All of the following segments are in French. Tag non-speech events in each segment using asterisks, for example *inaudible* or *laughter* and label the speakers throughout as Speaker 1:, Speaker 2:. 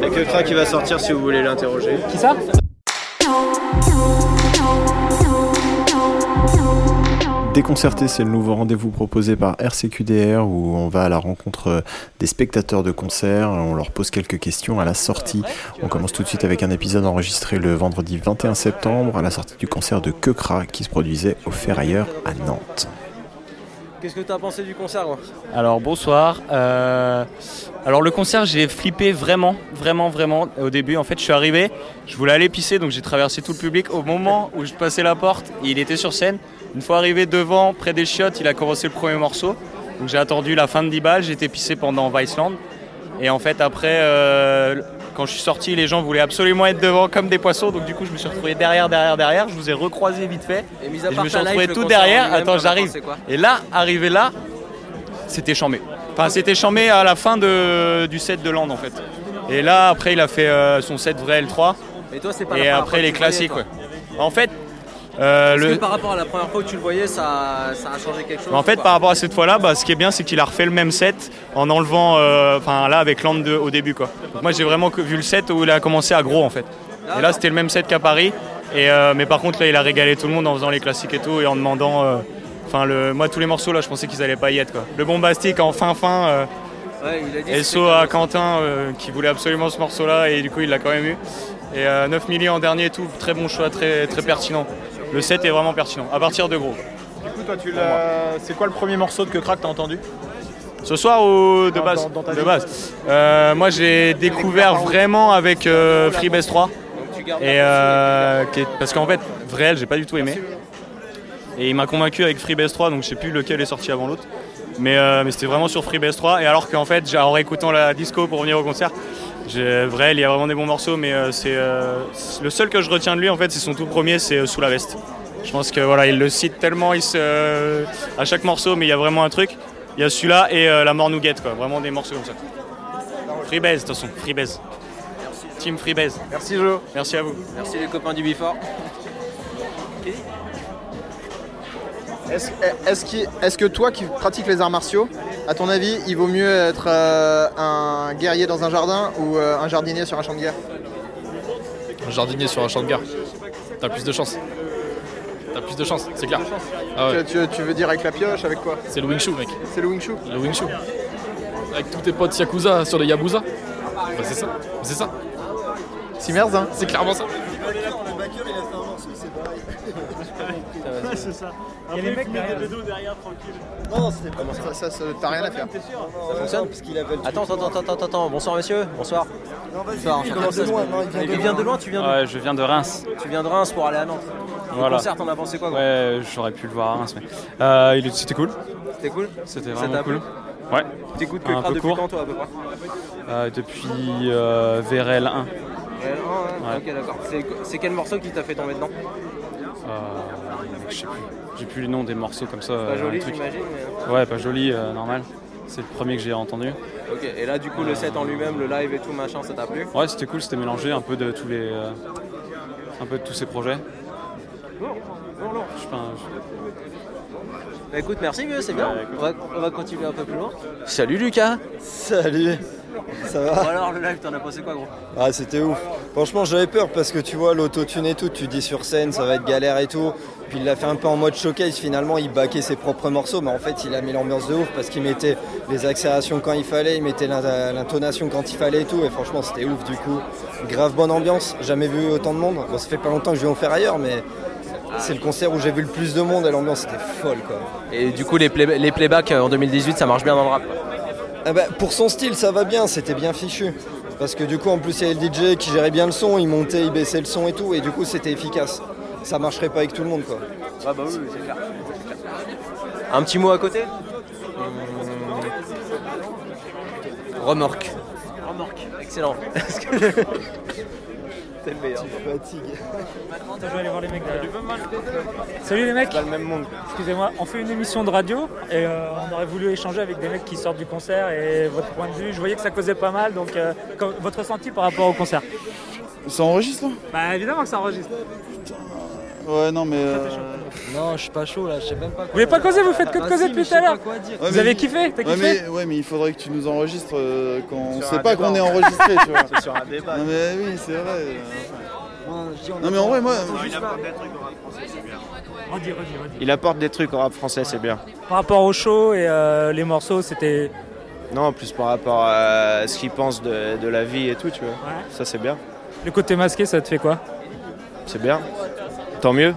Speaker 1: Spectra qui va sortir si vous voulez l'interroger.
Speaker 2: Qui ça
Speaker 3: Déconcerté, c'est le nouveau rendez-vous proposé par RCQDR où on va à la rencontre euh, des spectateurs de concerts, on leur pose quelques questions à la sortie. On commence tout de suite avec un épisode enregistré le vendredi 21 septembre à la sortie du concert de Quecra qui se produisait au Ferrailleur à Nantes.
Speaker 1: Qu'est-ce que tu as pensé du concert
Speaker 2: Alors bonsoir. Euh, Alors le concert j'ai flippé vraiment, vraiment, vraiment. Au début en fait je suis arrivé, je voulais aller pisser donc j'ai traversé tout le public. Au moment où je passais la porte, il était sur scène. Une fois arrivé devant, près des chiottes, il a commencé le premier morceau. Donc j'ai attendu la fin de 10 balles, j'étais pissé pendant Viceland. Et en fait après, euh, quand je suis sorti, les gens voulaient absolument être devant comme des poissons. Donc du coup je me suis retrouvé derrière, derrière, derrière. Je vous ai recroisé vite fait.
Speaker 1: Et mis
Speaker 2: Et je me suis retrouvé tout derrière. Attends, j'arrive. Et là, arrivé là, c'était chambé. Enfin, c'était chambé à la fin de- du set de Land en fait. Et là, après, il a fait euh, son set vrai L3
Speaker 1: Et toi, c'est pas la
Speaker 2: et
Speaker 1: première fois
Speaker 2: après
Speaker 1: que
Speaker 2: les
Speaker 1: tu le voyais,
Speaker 2: classiques.
Speaker 1: toi.
Speaker 2: ouais. En fait, euh,
Speaker 1: Est-ce
Speaker 2: le,
Speaker 1: que par rapport à la première fois où tu le voyais, ça, ça a changé quelque chose
Speaker 2: en fait,
Speaker 1: ou pas
Speaker 2: par rapport à cette fois-là, bah, ce qui est bien, c'est qu'il a refait le même set en enlevant, euh, enfin là, avec Land de- au début quoi. Donc, moi, j'ai vraiment que- vu le set où il a commencé à gros en fait. Et là, c'était le même set qu'à Paris. Et euh, mais par contre, là, il a régalé tout le monde en faisant les classiques et tout et en demandant. euh, Enfin, le, moi, tous les morceaux là, je pensais qu'ils allaient pas y être quoi. Le bombastique en fin fin. euh,
Speaker 1: Ouais, il a dit que
Speaker 2: SO
Speaker 1: c'était-
Speaker 2: à Quentin euh, qui voulait absolument ce morceau là et du coup il l'a quand même eu. Et euh, 9 milli en dernier et tout, très bon choix, très, très pertinent. Le set est vraiment pertinent, à partir de gros.
Speaker 4: Du coup, toi, tu l'as. C'est quoi le premier morceau de que Crack t'as entendu
Speaker 2: Ce soir ou de
Speaker 4: Dans-
Speaker 2: base,
Speaker 4: dans- dans ta
Speaker 2: de
Speaker 4: vie.
Speaker 2: base. Euh, Moi j'ai découvert vraiment avec euh, Freebase 3
Speaker 1: Tu gardes
Speaker 2: et euh, qui est- parce qu'en fait Vrel j'ai pas du tout aimé. Et il m'a convaincu avec Freebase 3 donc je sais plus lequel est sorti avant l'autre. Mais, euh, mais c'était vraiment sur Freebase 3 et alors qu'en fait j'ai- en réécoutant la disco pour venir au concert, j'ai- Vrel il y a vraiment des bons morceaux mais euh, c'est euh, c'est- le seul que je retiens de lui en fait c'est son tout premier c'est euh, Sous la veste. Je pense que voilà il le cite tellement il se, euh, à chaque morceau mais il y a vraiment un truc. Il y a celui-là et euh, La Mort nous guette quoi, vraiment des morceaux comme ça. Freebase de toute façon, Freebase. Team Freebase.
Speaker 4: Merci, Jo.
Speaker 2: Merci à vous.
Speaker 1: Merci les copains du Bifort.
Speaker 4: Est-ce est-ce qu'il- est-ce que toi qui pratiques les arts martiaux, à ton avis, il vaut mieux être euh, un guerrier dans un jardin ou euh, un jardinier sur un champ de guerre
Speaker 5: Un jardinier sur un champ de guerre. T'as plus de chance. T'as plus de chance, c'est clair. Ah ouais,
Speaker 4: Euh, tu, tu veux dire avec la pioche, avec quoi
Speaker 5: c'est le Wing Chun, mec.
Speaker 4: C'est le Wing Chun
Speaker 5: Le Wing Chun. Avec tous tes potes Yakuza sur les Yabuza. Bah, c'est ça, c'est ça.
Speaker 4: Simers, hein
Speaker 5: C'est clairement ça.
Speaker 4: Ça, ça, ça- t'as rien à *laughs* faire.
Speaker 1: Ça fonctionne Attends, attends, attends, attends, attends. Bonsoir monsieur, bonsoir. Bonsoir, enchanté. Ça, c'est pas- il vient de loin, tu viens de
Speaker 6: Ouais, je viens de Reims.
Speaker 1: Tu viens de Reims pour aller à Nantes. Le
Speaker 6: Voilà.
Speaker 1: concert, t'en as pensé quoi gros
Speaker 6: Ouais, j'aurais pu le voir à Reims, mais Euh, il est- c'était cool.
Speaker 1: C'était cool
Speaker 6: C'était
Speaker 1: Ça
Speaker 6: vraiment
Speaker 1: t'a
Speaker 6: cool.
Speaker 1: plu
Speaker 6: Ouais.
Speaker 1: T'écoutes que
Speaker 6: Un
Speaker 1: Kra
Speaker 6: peu
Speaker 1: depuis
Speaker 6: court.
Speaker 1: quand toi à peu près
Speaker 6: Euh, depuis euh, VRL 1.
Speaker 1: Ouais, non, ouais, Ok, d'accord. C'est- C'est quel morceau qui t'a fait tomber dedans
Speaker 6: Euh, je sais plus. J'ai plus les noms des morceaux comme ça.
Speaker 1: Pas
Speaker 6: euh,
Speaker 1: joli,
Speaker 6: un truc.
Speaker 1: j'imagine. mais-
Speaker 6: Ouais, pas joli, euh, normal. C'est le premier que j'ai entendu.
Speaker 1: Ok, et là, du coup,
Speaker 2: Euh.
Speaker 1: le set en lui-même, le live et tout machin, ça t'a plu
Speaker 6: Ouais, c'était cool. C'était mélangé un peu de tous les, euh, un peu de tous ces projets. Je sais pas, je-
Speaker 1: Bah écoute, merci vieux, c'est bien. on, va, on va continuer un peu plus loin. Salut Lucas
Speaker 7: Salut, ça va
Speaker 1: Alors, le live, t'en as pensé quoi, gros
Speaker 7: Ah c'était ouf. Franchement j'avais peur parce que tu vois l'autotune et tout, tu dis sur scène ça va être galère et tout. Puis il l'a fait un peu en mode showcase finalement, il baquait ses propres morceaux mais en fait il a mis l'ambiance de ouf parce qu'il mettait les accélérations quand il fallait, il mettait l'in- l'intonation quand il fallait et tout et franchement c'était ouf du coup. Grave bonne ambiance, jamais vu autant de monde. Bon ça fait pas longtemps que je vais en faire ailleurs mais c'est le concert où j'ai vu le plus de monde et l'ambiance était folle quoi.
Speaker 1: Et du coup, les, play les playbacks euh, en 2018, ça marche bien dans le rap.
Speaker 7: Ah bah, pour son style, ça va bien, c'était bien fichu. Parce que du coup, en plus, il y avait le DJ qui gérait bien le son, il montait, il baissait le son et tout, et du coup, c'était efficace. Ça marcherait pas avec tout le monde, quoi.
Speaker 1: Ah bah oui, c'est clair. Un petit mot à côté Hmm. Remorque. Remorque. *laughs* Excellent. Est-ce que- T'es le meilleur.
Speaker 7: Fatigue.
Speaker 8: Je vais aller voir les mecs derrière. Salut les mecs
Speaker 7: le même monde.
Speaker 8: Excusez-moi, on fait une émission de radio et euh, on aurait voulu échanger avec des mecs qui sortent du concert et votre point de vue. Je voyais que ça causait pas mal, donc euh, comme- votre ressenti par rapport au concert
Speaker 9: Ça enregistre là
Speaker 8: Bah évidemment que ça enregistre.
Speaker 7: Ouais, non, mais. euh,
Speaker 9: Non, je suis pas chaud là, je sais
Speaker 7: *laughs*
Speaker 9: même pas.
Speaker 8: Vous voulez pas causer Vous
Speaker 10: Ah,
Speaker 8: faites que de causer depuis tout à l'heure.
Speaker 7: ouais,
Speaker 8: Vous
Speaker 7: mais-
Speaker 8: avez kiffé
Speaker 7: ouais,
Speaker 8: T'as kiffé
Speaker 7: mais, ouais, mais il faudrait que tu nous enregistres euh, quand on
Speaker 10: Sur
Speaker 7: sait
Speaker 10: un
Speaker 7: pas
Speaker 10: débat,
Speaker 7: qu'on est
Speaker 10: en fait.
Speaker 8: *laughs*
Speaker 7: enregistré, tu vois.
Speaker 10: sur un débat.
Speaker 7: Non, mais oui, c'est vrai. euh,
Speaker 9: Non,
Speaker 7: Non, mais en vrai, moi. euh,
Speaker 8: Redis, redis, redis.
Speaker 4: Il apporte des trucs au rap français, c'est bien.
Speaker 8: Par rapport au show et euh, les morceaux, c'était.
Speaker 4: Non, en plus par rapport à ce qu'il pense de, de la vie et tout, tu vois.
Speaker 8: Ouais.
Speaker 4: Ça, c'est bien.
Speaker 8: Le côté masqué, ça te fait quoi
Speaker 4: C'est bien. Tant mieux.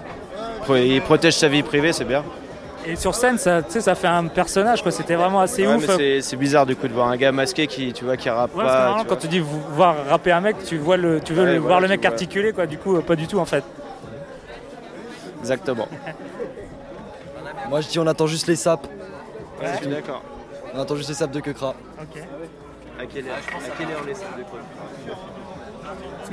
Speaker 4: Pro- Il protège sa vie privée, c'est bien.
Speaker 8: Et sur scène, ça, tu sais, ça fait un personnage, quoi. C'était vraiment assez
Speaker 4: Ouais,
Speaker 8: ouf. hein.
Speaker 4: mais c'est- c'est bizarre du coup de voir un gars masqué qui, tu vois, qui rappe
Speaker 8: Ouais, parce que
Speaker 4: pas.
Speaker 8: normalement,
Speaker 4: tu
Speaker 8: quand
Speaker 4: vois.
Speaker 8: tu dis vou- voir rapper un mec, tu vois le, tu veux
Speaker 4: Ouais,
Speaker 8: le-
Speaker 4: voilà,
Speaker 8: voir le
Speaker 4: tu
Speaker 8: mec
Speaker 4: vois.
Speaker 8: articulé, quoi. Du coup, euh, pas du tout, en fait.
Speaker 4: Exactement.
Speaker 9: Moi je dis on attend juste les sapes.
Speaker 4: Je suis d'accord.
Speaker 9: On attend juste les sapes de Kekra.
Speaker 4: À quelle heure, on les sort des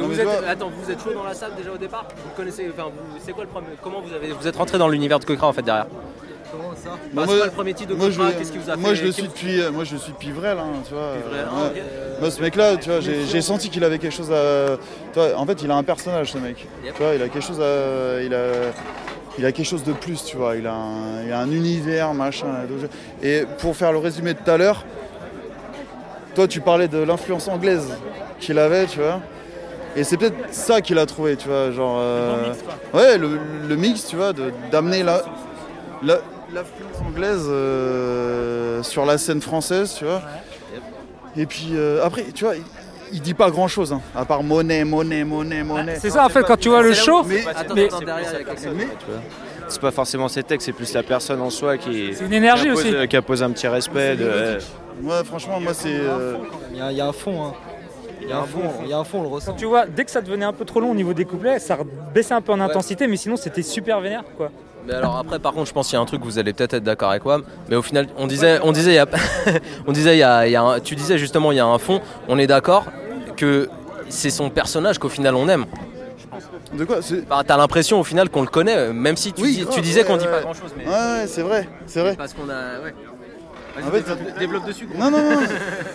Speaker 7: Non, mais
Speaker 1: vous
Speaker 7: tu
Speaker 1: êtes,
Speaker 7: vois-
Speaker 1: attends, vous êtes chaud dans la salle déjà au départ Vous connaissez, enfin, vous- c'est quoi le premier Comment vous avez, vous êtes rentré dans l'univers de Cochrane en fait derrière Bah, c'est
Speaker 7: moi-
Speaker 1: quoi le premier titre de
Speaker 7: moi, je,
Speaker 1: Cochrane Qu'est-ce qui vous a fait
Speaker 7: moi, je le
Speaker 1: qu'est-ce
Speaker 7: suis
Speaker 1: qui-
Speaker 7: depuis, euh, moi je le suis depuis Vrel, hein, tu vois.
Speaker 1: Vrel,
Speaker 7: euh,
Speaker 1: ah,
Speaker 7: ouais. Moi ce mec-là, tu vois, j'ai j'ai senti qu'il avait quelque chose à. tu vois, en fait, il a un personnage, ce mec.
Speaker 1: Yep.
Speaker 7: Tu vois, il a quelque chose à. Il a. Il a quelque chose de plus, tu vois. Il a un, il a un univers, machin. donc je- Et pour faire le résumé de tout à l'heure, toi, tu parlais de l'influence anglaise qu'il avait, tu vois. Et c'est peut-être ça qu'il a trouvé, tu vois, genre. euh, ouais, le, le mix, tu vois, de- d'amener la, la, l'influence anglaise euh, sur la scène française, tu vois. Et puis euh, après, tu vois, il, il dit pas grand chose, à part monnaie, monnaie, monnaie, monnaie.
Speaker 8: C'est ça, en fait, quand tu vois le
Speaker 1: C'est là où-
Speaker 8: show,
Speaker 1: Mais attends,
Speaker 8: mais-
Speaker 1: attends, derrière, il y a quelque chose.
Speaker 7: Mais-
Speaker 4: C'est pas forcément ses textes, c'est plus la personne en soi qui.
Speaker 8: C'est une énergie
Speaker 4: qui impose-
Speaker 8: aussi.
Speaker 4: euh, Qui impose un petit respect. De, euh,
Speaker 7: Moi, franchement, moi, c'est. euh,
Speaker 9: Il y, a- il y a un fond hein. Il y a un fond, il y a un fond, on le ressent.
Speaker 8: tu vois, dès que ça devenait un peu trop long au niveau des couplets, ça baissait un peu en intensité, mais sinon, c'était super vénère, quoi.
Speaker 1: Mais alors après, par contre, je pense qu'il y a un truc, vous allez peut-être être, d'accord avec moi, mais au final, on disait, on disait, il y a, *laughs* on disait, il y a, il y a un- tu disais justement, il y a un fond. On est d'accord que c'est son personnage qu'au final on aime.
Speaker 7: De quoi c'est-
Speaker 1: Bah, T'as l'impression au final qu'on le connaît, même si tu,
Speaker 7: Oui,
Speaker 1: dis-
Speaker 7: grave,
Speaker 1: tu disais
Speaker 7: ouais,
Speaker 1: qu'on dit
Speaker 7: ouais.
Speaker 1: pas grand-chose, mais
Speaker 7: Ouais, ouais, c'est vrai, c'est vrai.
Speaker 1: parce qu'on a, ouais. Vas-y,
Speaker 7: En fait,
Speaker 1: développe,
Speaker 7: ça-
Speaker 1: développe dessus. gros.
Speaker 7: Non, non, non. *laughs*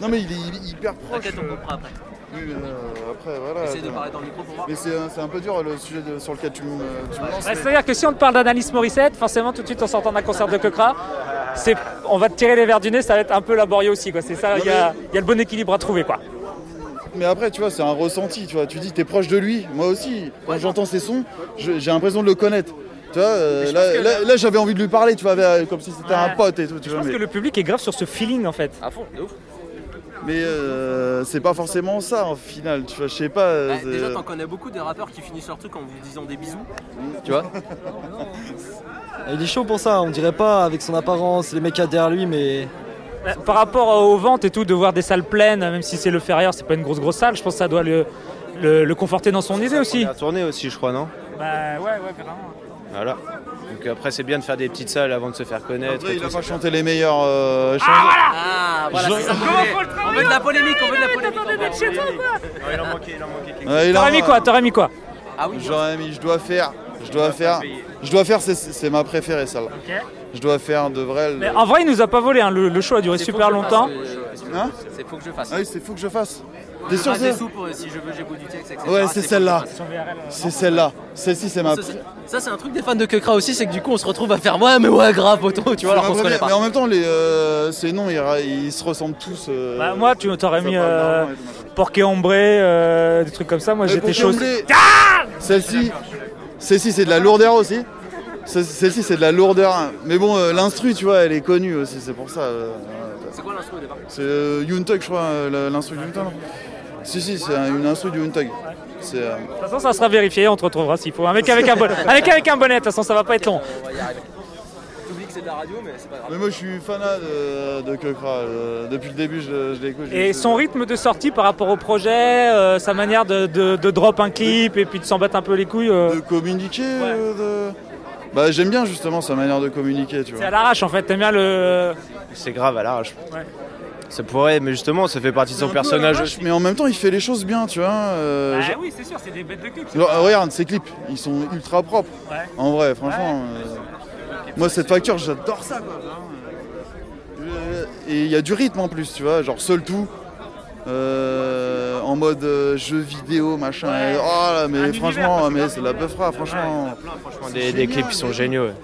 Speaker 7: non, mais il est hy- hyper proche.
Speaker 1: T'inquiète, on comprend après.
Speaker 7: Oui, mais, euh, après, voilà.
Speaker 1: Essaye de
Speaker 7: tu vois.
Speaker 1: parler dans le micro pour voir.
Speaker 7: Mais c'est un- c'est un peu dur le sujet de- sur lequel tu me tu me lances.
Speaker 8: Ouais, C'est-à-dire que si on te parle d'analyse Morissette, forcément tout de suite en sortant d'un concert de Cocra, c'est, on va te tirer les verres du nez, ça va être un peu laborieux aussi. Quoi. C'est ça, il y, a il y a le bon équilibre à trouver. Quoi.
Speaker 7: Mais après, tu vois, c'est un ressenti, tu vois. Tu dis, t'es proche de lui. Moi aussi, quand j'entends ses sons, je- j'ai l'impression de le connaître. Tu vois, euh, là, là- là, j'avais envie de lui parler, tu vois, avec- comme si c'était un
Speaker 8: Ouais.
Speaker 7: pote et tout, tu
Speaker 8: Je
Speaker 7: vois.
Speaker 8: pense
Speaker 7: Mais,
Speaker 8: que le public est grave sur ce feeling en fait.
Speaker 1: À fond, de ouf.
Speaker 7: mais, euh, c'est pas forcément ça, en final, tu vois. Je sais pas. euh,
Speaker 1: Ouais, Eh, déjà,
Speaker 7: c'est-
Speaker 1: t'en connais beaucoup des rappeurs qui finissent leur truc en vous disant des bisous. Tu vois
Speaker 9: Il est chaud pour ça, on dirait pas avec son apparence, les mecs qu'il y a derrière lui, mais
Speaker 8: Euh, Par rapport aux ventes et tout, de voir des salles pleines, même si c'est le Ferrière, c'est pas une grosse grosse salle, je pense que ça doit le, le, le conforter dans son idée aussi.
Speaker 4: à tourner aussi, je crois, non
Speaker 8: Bah ouais, ouais, carrément.
Speaker 4: Voilà. Donc après, c'est bien de faire des petites salles avant de se faire connaître.
Speaker 7: Après,
Speaker 4: et
Speaker 7: il
Speaker 4: tout
Speaker 7: a
Speaker 4: ça.
Speaker 7: pas chanté les meilleurs euh, chansons.
Speaker 1: Ah, voilà, c'est ça. qu'on voulait. On veut de la polémique, on veut de la polémique. on veut de la polémique.
Speaker 7: Ouais, il en
Speaker 8: T'aurais mis
Speaker 7: a-
Speaker 8: quoi T'aurais mis quoi
Speaker 1: Ah oui,
Speaker 7: J'aurais mis, je dois faire, je dois faire, je dois faire, c'est- c'est ma préférée celle-là. Je dois faire de vrai. le-
Speaker 8: Mais en vrai, il nous a pas volé, hein, le, le show a duré
Speaker 1: C'est
Speaker 8: super
Speaker 1: faut que je fasse,
Speaker 8: longtemps.
Speaker 1: euh,
Speaker 7: Hein
Speaker 1: C'est faut que je fasse.
Speaker 7: Ah oui, c'est fou que je fasse. T'es
Speaker 1: Je
Speaker 7: sûr
Speaker 1: fasse des
Speaker 7: c'est
Speaker 1: sous pour, euh, si je veux, j'ai goût du texte, Ah, etc.
Speaker 7: Ouais, c'est
Speaker 1: faut
Speaker 7: celle-là.
Speaker 1: que je fasse.
Speaker 7: C'est celle-là. Celle-ci, c'est ma.
Speaker 1: Ça, c'est- Ça, c'est un truc des fans de Kekra aussi, c'est que du coup, on se retrouve à faire ouais, mais ouais, grave, poteau, tu vois,
Speaker 7: c'est
Speaker 1: alors
Speaker 7: ma
Speaker 1: qu'on se connaît
Speaker 7: préférée. Mais
Speaker 1: pas.
Speaker 7: en même temps, les, euh, ces noms, ils, ra- ils se ressemblent tous. euh,
Speaker 8: Bah, moi, tu t'aurais
Speaker 7: ça
Speaker 8: mis
Speaker 7: parle
Speaker 8: euh,
Speaker 7: d'argent et tout, machin.
Speaker 8: Porqué Ombré, euh, des trucs comme ça. Moi,
Speaker 7: Ouais, pour
Speaker 8: j'étais chaud. aussi.
Speaker 7: combler- Celle-ci, celle-ci, c'est de la lourdeur aussi. Ce- Celle-ci, c'est de la lourdeur. Mais bon, euh, l'instru, tu vois, elle est connue aussi, c'est pour ça. euh, ouais.
Speaker 1: C'est quoi l'instru au départ
Speaker 7: C'est euh, Yoon Thug, je crois, euh, la- l'instru de Yoon Thug. non Si, si, c'est un- une instru de Yoon Thug. C'est, euh,
Speaker 8: De toute façon, ça sera vérifié, on te retrouvera s'il faut. Un mec avec un bonnet, un mec avec un bonnet, de toute façon, ça va pas être long.
Speaker 1: On va y arriver. T'oublies que c'est de la radio, mais c'est pas grave.
Speaker 7: Mais moi, je suis fanat de, de Kukra, euh, Depuis le début, je, je l'écoute. je-
Speaker 8: Et
Speaker 7: je-
Speaker 8: son rythme de sortie par rapport au projet, euh, sa manière de, de- de drop un clip et puis de s'en battre un peu les couilles, euh,
Speaker 7: De communiquer euh, de- Bah, j'aime bien justement sa manière de communiquer, tu
Speaker 8: c'est à
Speaker 7: vois.
Speaker 8: l'arrache en fait. T'aimes bien le.
Speaker 4: C'est grave à l'arrache.
Speaker 8: Ouais.
Speaker 4: Ça pourrait, mais justement, ça fait partie de son personnage aussi.
Speaker 7: Mais en même temps, il fait les choses bien, tu vois. euh, genre-
Speaker 8: Ah oui, c'est sûr, c'est des bêtes de clip.
Speaker 7: genre, euh, regarde, ces clips, ils sont ultra propres.
Speaker 8: Ouais.
Speaker 7: En vrai, franchement. euh, Moi, cette facture, j'adore ça, quoi. Euh, Et il y a du rythme en plus, tu vois. Genre, seul tout. euh, en en mode euh, jeu vidéo, machin. Et, oh là, mais franchement, mais c'est de la beufra, franchement.
Speaker 4: Franchement, des, des clips qui sont géniaux. ouais.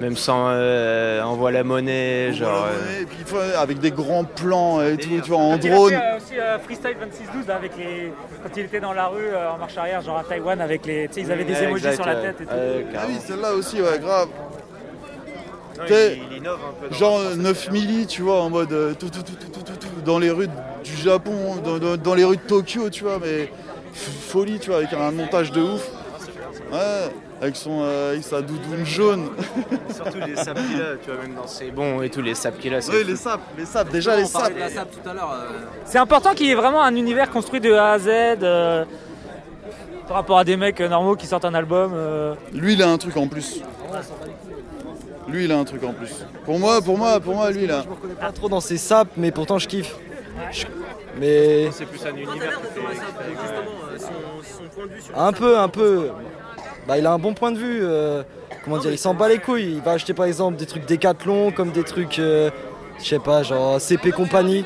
Speaker 4: Même sans euh, Envoie la monnaie, genre. euh,
Speaker 7: Et puis, il faut- avec des grands plans et tout, tu vois, en
Speaker 8: Il a
Speaker 7: drone.
Speaker 8: fait, euh, aussi euh, freestyle 26-12 là, avec les... quand il était dans la rue euh, en marche arrière, genre à Taïwan, avec les. Tu sais, ils avaient des
Speaker 7: Ouais,
Speaker 8: emojis
Speaker 7: exact,
Speaker 8: sur la
Speaker 7: ouais.
Speaker 8: tête et tout.
Speaker 7: Ouais, Ah oui, celle-là aussi, ouais, grave. T'sais, genre euh, 9 milli, tu vois, en mode euh, tout, tout, tout, tout, tout, tout, tout, dans les rues du Japon, dans, dans- dans les rues de Tokyo, tu vois, mais f- folie, tu vois, avec un montage de ouf. Ouais, avec, son, euh, avec sa doudoune jaune.
Speaker 4: Surtout les sapes qu'il a, tu vois, même dans ses bons et tous les sapes qu'il a. c'est
Speaker 7: Oui,
Speaker 4: fou.
Speaker 7: les sapes, les sapes, déjà les sapes.
Speaker 8: C'est important qu'il y ait vraiment un univers construit de A à Z euh, par rapport à des mecs euh, normaux qui sortent un album. euh.
Speaker 7: Lui, il a un truc en plus. Lui, il a un truc en plus. Pour moi, pour moi, pour moi, lui, là.
Speaker 9: Pas trop dans ses sapes, mais pourtant je kiffe. Je- Mais
Speaker 4: C'est plus un univers. qui fait-
Speaker 9: un peu, un peu. Bah, il a un bon point de vue. euh, comment dire Il s'en bat les couilles. Il va acheter par exemple des trucs Décathlon, comme des trucs, euh, je sais pas, genre CP compagnie.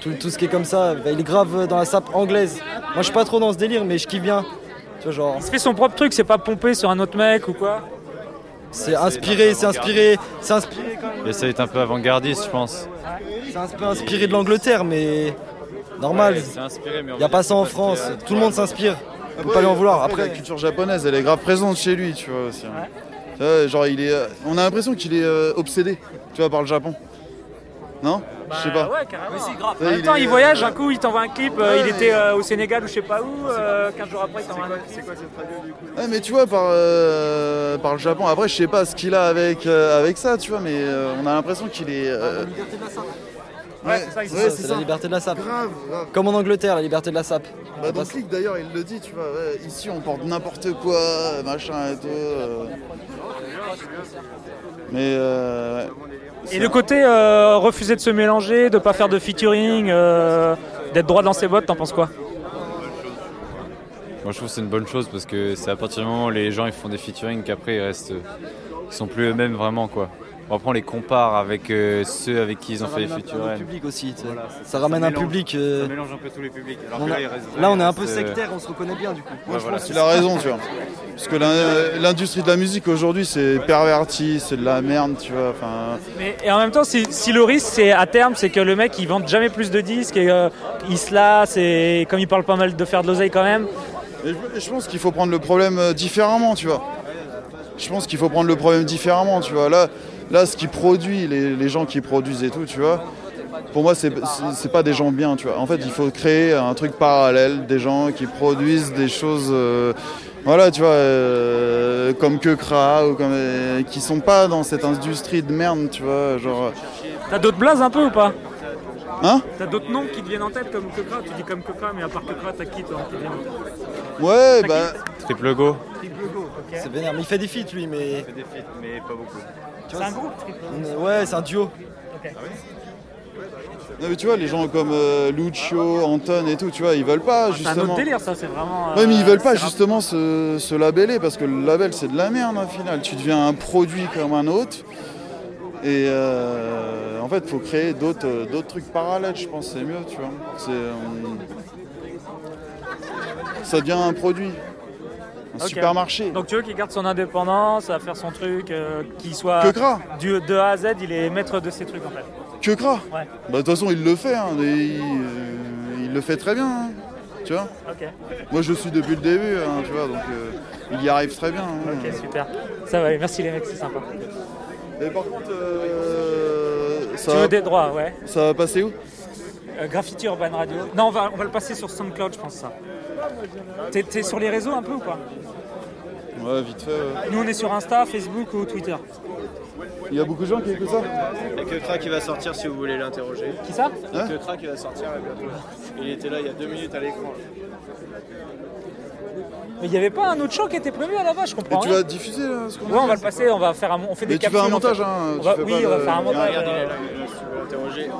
Speaker 9: Tout, tout ce qui est comme ça. Bah, il est grave dans la sape anglaise. Moi, je suis pas trop dans ce délire, mais je kiffe bien. Tu vois, genre.
Speaker 8: Il se fait son propre truc, c'est pas pompé sur un autre mec ou quoi.
Speaker 9: C'est inspiré, c'est inspiré, c'est inspiré.
Speaker 11: Et ça est un peu avant-gardiste, je pense.
Speaker 9: C'est un peu inspiré de l'Angleterre, mais normal.
Speaker 11: Ouais, c'est inspiré, mais on
Speaker 9: Il n'y a
Speaker 11: va
Speaker 9: pas
Speaker 11: dire
Speaker 9: ça
Speaker 11: que
Speaker 9: en
Speaker 11: c'est pas
Speaker 9: France.
Speaker 11: littéraire.
Speaker 9: Tout le monde s'inspire. On peut
Speaker 7: Ouais,
Speaker 9: pas lui en vouloir.
Speaker 7: la
Speaker 9: Après,
Speaker 7: culture japonaise, elle est grave présente chez lui, tu vois aussi. hein. Tu vois, genre, il est, euh, on a l'impression qu'il est euh, obsédé, tu vois, par le Japon. Non Je sais pas.
Speaker 8: Bah, Ouais, carrément.
Speaker 7: Tu
Speaker 8: En
Speaker 7: sais,
Speaker 8: même temps,
Speaker 7: est,
Speaker 8: il voyage,
Speaker 7: euh,
Speaker 8: un coup il t'envoie un clip, euh,
Speaker 7: Ouais,
Speaker 8: il
Speaker 7: mais-
Speaker 8: était euh, au Sénégal ou je sais pas où, euh, 15 jours après il t'envoie un autre clip.
Speaker 7: ouais, mais tu vois, par, euh, par le Japon. Après, je sais pas ce qu'il a avec, euh, avec ça, tu vois, mais euh, on a l'impression qu'il est. euh,
Speaker 9: Ouais, c'est ça,
Speaker 7: ouais, c'est ça.
Speaker 9: la liberté de la sape.
Speaker 7: Grave, grave.
Speaker 9: Comme en Angleterre, la liberté de la sape.
Speaker 7: Bah, dans Click, d'ailleurs, il le dit, tu vois. ouais, ici, on porte n'importe quoi, machin et tout. euh. Mais. euh, ouais.
Speaker 8: Et le côté euh, refuser de se mélanger, de pas faire de featuring, euh, d'être droit dans ses bottes, t'en penses quoi
Speaker 11: Moi, je trouve que c'est une bonne chose parce que c'est à partir du moment où les gens ils font des featuring qu'après ils restent. Ils sont plus eux-mêmes vraiment, quoi. Bon, après, on les compare avec euh, ceux avec qui ils ont
Speaker 9: Ça
Speaker 11: fait les
Speaker 9: ramène un peu le
Speaker 11: featuring.
Speaker 9: public aussi, tu sais. ça ramène un public. euh,
Speaker 11: Ça mélange un peu tous les publics. Alors
Speaker 9: on
Speaker 11: que
Speaker 9: a-
Speaker 11: là, il reste-
Speaker 9: là, on est un
Speaker 11: il
Speaker 9: peu
Speaker 11: reste, euh,
Speaker 9: sectaire, on se reconnaît bien du coup.
Speaker 7: Moi, je pense qu'il a raison, tu vois. Parce que l'in- l'industrie de la musique aujourd'hui, c'est perverti, c'est de la merde, tu vois. Enfin,
Speaker 8: Mais- Et en même temps, si, si le risque, c'est à terme, c'est que le mec, il vende jamais plus de disques et euh, il se lasse et comme il parle pas mal de faire de l'oseille quand même.
Speaker 7: mais je, je pense qu'il faut prendre le problème euh, différemment, tu vois. Je pense qu'il faut prendre le problème différemment, tu vois. Là, là ce qui produit, les, les gens qui produisent et tout, tu vois. Pour moi, c'est c'est- c'est pas des gens bien, tu vois. En fait, il faut créer un truc parallèle, des gens qui produisent des choses, euh, voilà, tu vois, euh, comme que Kra, ou comme euh, qui sont pas dans cette industrie de merde, tu vois, genre.
Speaker 8: T'as d'autres blazes un peu ou pas
Speaker 7: Hein
Speaker 8: T'as d'autres noms qui te viennent en tête comme Kokra Tu dis comme Kokra, mais à part Kokra, t'as qui toi qui te vient en tête
Speaker 7: Ouais, bah.
Speaker 11: Triple go.
Speaker 9: C'est vénère, mais il fait des feats lui, mais.
Speaker 4: Des feats, mais pas beaucoup.
Speaker 9: C'est un
Speaker 8: groupe
Speaker 9: Ouais, c'est un duo.
Speaker 7: Ah Non, mais tu vois, les gens comme euh, Lucio, Anton et tout, tu vois, ils veulent pas
Speaker 8: Ah, C'est un autre
Speaker 7: justement.
Speaker 8: délire, ça, c'est vraiment. euh,
Speaker 7: Ouais, mais ils veulent pas
Speaker 8: c'est
Speaker 7: justement se, se labeller parce que le label c'est de la merde hein, au final. Tu deviens un produit comme un autre. Et euh, en fait, faut créer d'autres euh, d'autres trucs parallèles, je pense, c'est mieux, tu vois. C'est, euh, ça devient un produit, un
Speaker 8: Ok.
Speaker 7: supermarché.
Speaker 8: Donc tu veux qu'il garde son indépendance, à faire son truc, euh, qu'il soit
Speaker 7: Que gras.
Speaker 8: du de A à Z, il est maître de ses trucs en fait.
Speaker 7: Que cra
Speaker 8: Ouais.
Speaker 7: Bah, de toute façon, il le fait, hein, et il, euh, il le fait très bien, hein, tu vois.
Speaker 8: Ok.
Speaker 7: Moi, je le suis depuis le début, hein, tu vois, donc euh, il y arrive très bien. hein.
Speaker 8: Ok, super. Ça va, aller, merci les mecs, c'est sympa.
Speaker 7: Et par contre, euh, ça,
Speaker 8: tu
Speaker 7: va,
Speaker 8: veux des droits, ouais.
Speaker 7: ça va passer où
Speaker 8: Euh, Graffiti Urban Radio. Non, on va, on va le passer sur SoundCloud, je pense ça. T'es- T'es sur les réseaux un peu ou pas
Speaker 7: Ouais, vite fait.
Speaker 8: Nous, on est sur Insta, Facebook ou Twitter.
Speaker 7: Il y a beaucoup de gens qui écoutent ça
Speaker 4: Il y a que Kra qui va sortir si vous voulez l'interroger.
Speaker 8: Qui ça
Speaker 4: Il y a que Kra qui va sortir là, bientôt. Il était là il y a deux minutes à l'écran.
Speaker 8: Mais il n'y avait pas un autre show qui était prévu à la base, je comprends.
Speaker 7: Et tu
Speaker 8: rien.
Speaker 7: vas diffuser là ce qu'on a
Speaker 8: Ouais, on
Speaker 7: dit
Speaker 8: va le passer, on va faire un, on fait
Speaker 7: Mais
Speaker 8: des
Speaker 7: tu fais un
Speaker 8: capsules, en fait.
Speaker 7: montage, hein,
Speaker 8: On
Speaker 7: tu
Speaker 8: va-
Speaker 7: fais
Speaker 8: oui,
Speaker 7: pas
Speaker 8: on va
Speaker 7: le-
Speaker 8: faire un montage.
Speaker 4: Regardez, il est
Speaker 8: euh,
Speaker 4: là, il est là, si vous voulez l'interroger.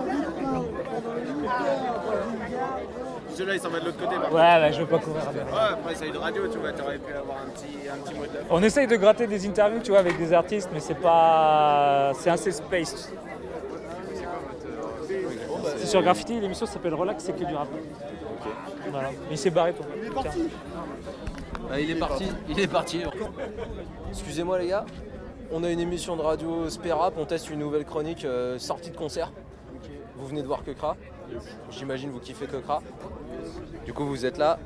Speaker 4: Celui-là, il s'en va de l'autre côté. par contre.
Speaker 8: Ouais, ouais, je veux pas courir.
Speaker 4: Ouais, après, ça a eu de radio, tu vois, t'aurais pu avoir un petit, un petit mot de la
Speaker 8: On essaye de gratter des interviews, tu vois, avec des artistes, mais c'est pas, c'est assez space. C'est sur Graffiti, l'émission s'appelle Relax, c'est que du rap. Voilà. Il s'est barré pour.
Speaker 1: Ah, il est parti, il est parti. Excusez-moi les gars, on a une émission de radio Spérap, on teste une nouvelle chronique euh, sortie de concert. Vous venez de voir Kekra, j'imagine vous kiffez Kekra. Du coup vous êtes là.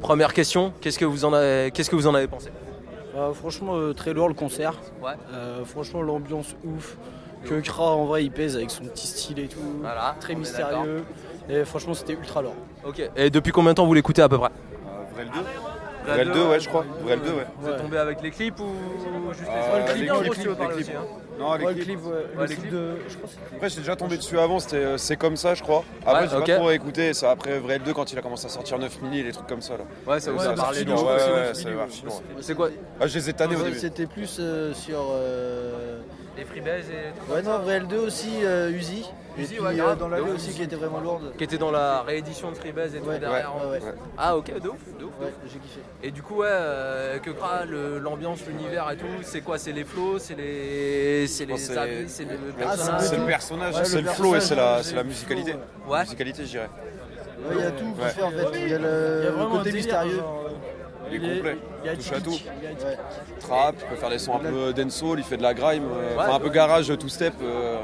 Speaker 1: Première question, qu'est-ce que vous en avez, qu'est-ce que vous en avez pensé
Speaker 7: Euh, franchement, euh, très lourd le concert. Euh, franchement, l'ambiance ouf. Que Kra en vrai il pèse avec son petit style et tout. très
Speaker 1: on est
Speaker 7: mystérieux. Et franchement, c'était ultra lourd.
Speaker 1: Ok. Et depuis combien de temps vous l'écoutez à peu près
Speaker 3: Vrel 2 Vrel 2, ouais, je crois. Vrel 2, ouais.
Speaker 1: Vous êtes tombé avec les clips ou juste
Speaker 3: Euh,
Speaker 1: les
Speaker 3: les
Speaker 1: Non, gros,
Speaker 3: clips,
Speaker 1: tu veux
Speaker 3: les
Speaker 1: parler
Speaker 3: clips.
Speaker 1: aussi, hein.
Speaker 3: Non, les clips. Ouais, les clips. Après, j'étais déjà tombé dessus avant, c'était euh, C'est comme ça, je crois. Après,
Speaker 1: Ouais,
Speaker 3: j'ai
Speaker 1: ok.
Speaker 3: pas trop écouté. C'est après Vrel 2 quand il a commencé à sortir 9 milli et les trucs comme ça. Là.
Speaker 1: Ouais, ça vous a
Speaker 3: sorti,
Speaker 1: parlé de
Speaker 3: ouais,
Speaker 1: ouf, c'est
Speaker 3: ouais,
Speaker 1: 9
Speaker 3: ça
Speaker 1: milli,
Speaker 3: va,
Speaker 1: ouais.
Speaker 3: sinon, ouais.
Speaker 1: C'est quoi
Speaker 3: Ah, je les ai tannés au
Speaker 7: En vrai,
Speaker 3: début.
Speaker 7: C'était plus euh, sur. euh,
Speaker 1: Les Freebase et.
Speaker 7: Ouais, non, Vrel 2 aussi, euh, Uzi. Et
Speaker 1: Uzi,
Speaker 7: puis,
Speaker 1: ouais,
Speaker 7: euh,
Speaker 1: grave,
Speaker 7: dans
Speaker 1: de
Speaker 7: l'allée
Speaker 1: ouf.
Speaker 7: aussi qui était vraiment lourde.
Speaker 1: Qui était dans la réédition de Freebase et tout derrière.
Speaker 7: ouais, ouais.
Speaker 1: Ah ok, de ouf, de ouf. de ouf.
Speaker 7: J'ai kiffé.
Speaker 1: Et du coup, ouais, euh, que cra, le- l'ambiance, l'univers et tout, c'est quoi C'est les flots, c'est les, c'est
Speaker 3: Bon,
Speaker 1: les
Speaker 3: c'est-
Speaker 1: habits, c'est le
Speaker 3: Ouais,
Speaker 1: personnage.
Speaker 3: c'est le personnage, c'est le flow et c'est la, c'est la musicalité. La musicalité, je dirais.
Speaker 7: Il y a tout pour
Speaker 3: Ouais.
Speaker 7: faire en fait. Il y a le,
Speaker 3: Il y a
Speaker 7: le
Speaker 3: vraiment un
Speaker 7: côté
Speaker 3: délire,
Speaker 7: mystérieux.
Speaker 3: Il est complet. Il touche à tout.
Speaker 7: Ouais.
Speaker 3: Trap, il peut faire des sons un peu dancehall, il fait de la grime, euh,
Speaker 1: Ouais.
Speaker 3: enfin, un peu garage, two step. euh,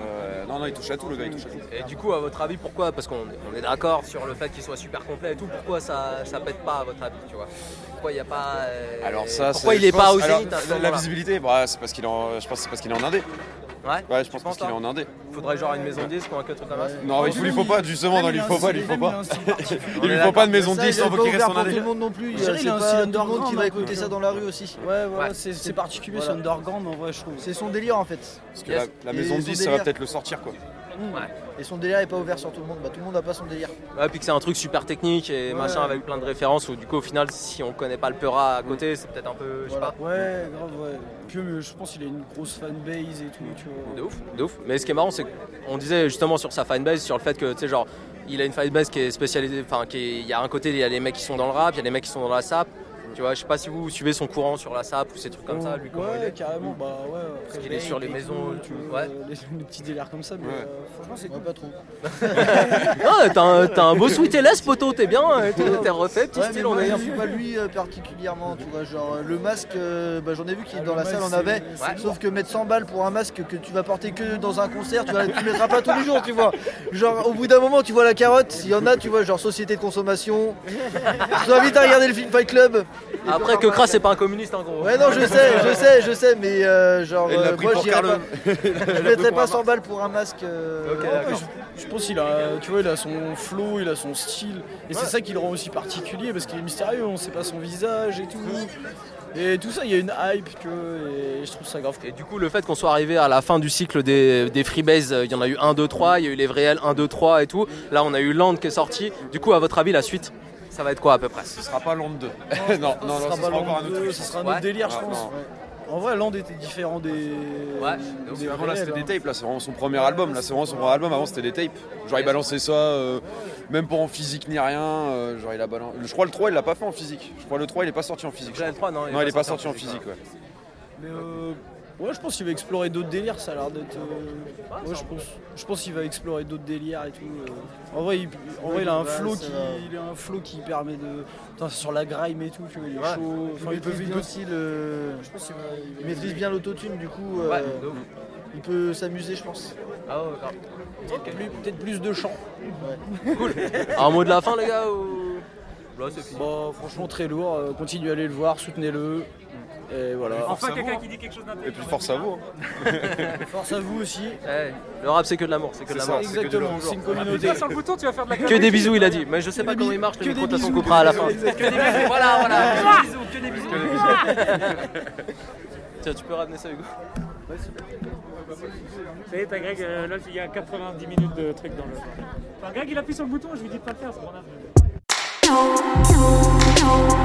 Speaker 3: non, non, il touche à tout, le gars, il touche à tout.
Speaker 1: Et du coup, à votre avis, pourquoi Parce qu'on est, on est d'accord sur le fait qu'il soit super complet et tout. Pourquoi ça, ça pète pas à votre avis, tu vois Pourquoi il n'y a pas euh,
Speaker 3: Alors ça,
Speaker 1: Pourquoi
Speaker 3: c'est-
Speaker 1: il est
Speaker 3: je
Speaker 1: pas hein,
Speaker 3: pense-
Speaker 1: au
Speaker 3: alors,
Speaker 1: zénith à ce
Speaker 3: la, la
Speaker 1: moment-là
Speaker 3: visibilité, bah, c'est parce qu'il est en, je pense, que c'est parce qu'il est en indé.
Speaker 1: Ouais.
Speaker 3: je pense parce qu'il est en indé.
Speaker 1: Faudrait genre une maison de disque ou un cut comme ça
Speaker 3: Non, il faut, il faut pas, justement, non, il faut pas, il faut pas.
Speaker 1: On
Speaker 3: *laughs* Il
Speaker 1: est
Speaker 3: lui faut pas de
Speaker 1: d'accord.
Speaker 3: maison de
Speaker 1: Ça,
Speaker 3: disque,
Speaker 1: il est
Speaker 3: il
Speaker 1: pas
Speaker 3: faut qu'il reste
Speaker 1: ouvert
Speaker 3: en
Speaker 1: pour
Speaker 3: indé.
Speaker 1: tout le
Speaker 7: monde non plus.
Speaker 1: On dirait
Speaker 7: C'est
Speaker 1: qu'il a un
Speaker 7: pas
Speaker 1: style
Speaker 7: tout le monde
Speaker 1: underground,
Speaker 7: qui
Speaker 1: un
Speaker 7: va
Speaker 1: peu.
Speaker 7: écouter ça dans la rue aussi. hein, Ouais, voilà, c'est c'est particulier
Speaker 1: Voilà.
Speaker 7: son underground en vrai, je trouve. C'est son délire en fait. Mmh.
Speaker 3: Parce que la, la maison de disque, ça va peut-être le sortir, quoi.
Speaker 7: Et son délire est pas ouvert sur tout le monde. Bah, tout le monde n'a pas son délire.
Speaker 1: Ouais, puis que c'est un truc super technique et machin avec plein de références. Ou du coup, au final, si on connaît pas le Peura à côté, c'est peut-être un peu, je sais pas.
Speaker 7: Ouais, grave, ouais. Puis euh, je pense qu'il a une grosse fanbase et tout, tu vois.
Speaker 1: De ouf, de ouf. Mais ce qui est marrant, c'est qu'on disait justement sur sa fanbase, sur le fait que, tu sais, genre, il a une fanbase qui est spécialisée, enfin, qui est- il y a un côté, il y a les mecs qui sont dans le rap, il y a les mecs qui sont dans la SAP. Tu vois, je sais pas si vous suivez son courant sur la SAP ou ces trucs comme ça, lui, comment
Speaker 7: ouais,
Speaker 1: il est.
Speaker 7: carrément, bah ouais. Parce
Speaker 1: qu'il est sur les maisons,
Speaker 7: tu
Speaker 1: euh,
Speaker 7: vois, les, les petits délires comme ça, mais
Speaker 1: Ouais.
Speaker 7: euh, franchement, c'est cool. pas trop.
Speaker 1: Ah, t'as un, t'as un beau sweat LS, poteau, t'es bien, hein, et tout, t'es refait, petit
Speaker 7: Ouais, mais
Speaker 1: style,
Speaker 7: moi,
Speaker 1: on est
Speaker 7: je suis pas lui euh, particulièrement, tu vois, genre euh, le masque, euh, bah, j'en ai vu qui dans la
Speaker 1: Ah, masque,
Speaker 7: salle en
Speaker 1: c'est-
Speaker 7: avait,
Speaker 1: c'est
Speaker 7: sauf que mettre 100 balles pour un masque que tu vas porter que dans un concert, tu, vas, tu le mettras pas tous les jours, tu vois. Genre au bout d'un moment, tu vois la carotte, il y en a, tu vois, genre société de consommation. Je t'invite à regarder le film Fight Club.
Speaker 1: Après, que Kras, c'est pas un communiste, en gros.
Speaker 7: Ouais non je sais, je sais, je sais, mais euh, genre
Speaker 1: Il l'a
Speaker 7: euh,
Speaker 1: pris
Speaker 7: moi
Speaker 1: pour
Speaker 7: j'irais
Speaker 1: Carlo.
Speaker 7: pas, je mettrais
Speaker 1: pour un
Speaker 7: pas 100 balles pour un masque. euh,
Speaker 1: Ok,
Speaker 7: ouais,
Speaker 1: d'accord.
Speaker 7: je-
Speaker 4: Je pense qu'il a, tu vois, il a son flow, il a son style, et c'est ça qui le rend aussi particulier parce qu'il est mystérieux, on sait pas son visage et tout. Et tout ça, il y a une hype, tu vois, et je trouve ça grave.
Speaker 1: Et du coup, le fait qu'on soit arrivé à la fin du cycle des, des freebase, euh, il y en a eu 1, 2, 3, il y a eu les réels 1, 2, 3 et tout. Là, on a eu Land qui est sorti. Du coup, à votre avis, la suite, ça va être quoi à peu près Ce
Speaker 3: sera pas Land 2.
Speaker 1: non,
Speaker 3: non, non,
Speaker 4: ce sera,
Speaker 3: ce
Speaker 4: pas
Speaker 3: sera
Speaker 4: Land
Speaker 3: encore un autre
Speaker 4: 2,
Speaker 3: truc.
Speaker 4: ce sera un autre
Speaker 3: Ouais.
Speaker 4: délire, je
Speaker 3: Ouais,
Speaker 4: pense.
Speaker 3: non.
Speaker 4: En vrai, Land était différent des. hein. Ouais,
Speaker 3: Parce que Avant là c'était des tapes, là c'est vraiment son premier album, là c'est vraiment son premier album, avant c'était des tapes. Genre il balançait ça, euh, même pas en physique ni rien, euh, genre il a balancé. Je crois le 3 il l'a pas fait en physique, je crois le 3 il est pas sorti en physique. je crois.
Speaker 1: non,
Speaker 3: il, est pas sorti en physique, ouais.
Speaker 4: Mais euh, ouais, je pense qu'il va explorer d'autres délires, ça a l'air d'être. euh, ouais, je pense, je pense qu'il va explorer d'autres délires et tout. euh. En vrai, il, en vrai, il a un
Speaker 7: Ouais,
Speaker 4: flow
Speaker 7: ça
Speaker 4: qui,
Speaker 7: va.
Speaker 4: il a un flow qui permet de. Putain, c'est sur la grime et tout, tu vois, il est
Speaker 7: Ouais.
Speaker 4: chaud.
Speaker 7: Il maîtrise bien aussi le. Je pense qu'il va- il maîtrise bien l'autotune, du coup, euh,
Speaker 4: Ouais,
Speaker 7: il peut s'amuser, je pense.
Speaker 1: Ah
Speaker 4: Peut-être plus de chants.
Speaker 1: Cool. Un mot de la fin, les gars ou...
Speaker 4: Bon, franchement, très lourd. euh, continuez à aller le voir, soutenez-le. Et voilà.
Speaker 8: Enfin quelqu'un qui dit quelque chose d'intéressant.
Speaker 4: force à vous aussi.
Speaker 1: Eh, Le rap, c'est que de l'amour, c'est que de
Speaker 4: C'est
Speaker 1: l'amour.
Speaker 4: ça, c'est que du Exactement, love. c'est une communauté.
Speaker 8: Tu vas sur le bouton, tu vas faire de la
Speaker 1: Que des bisous, il a dit. Mais je sais pas comment il marche, le micro, de toute façon, on coupera à la fin.
Speaker 8: Que des bisous, voilà, voilà. Que des bisous, que des bisous.
Speaker 1: Tiens, tu peux ramener ça, Hugo
Speaker 8: Ça y est, t'as Greg, euh, là il y a 90 minutes de trucs dans le. Enfin, Greg il appuie sur le bouton, je lui dis de pas le faire, c'est pour rien.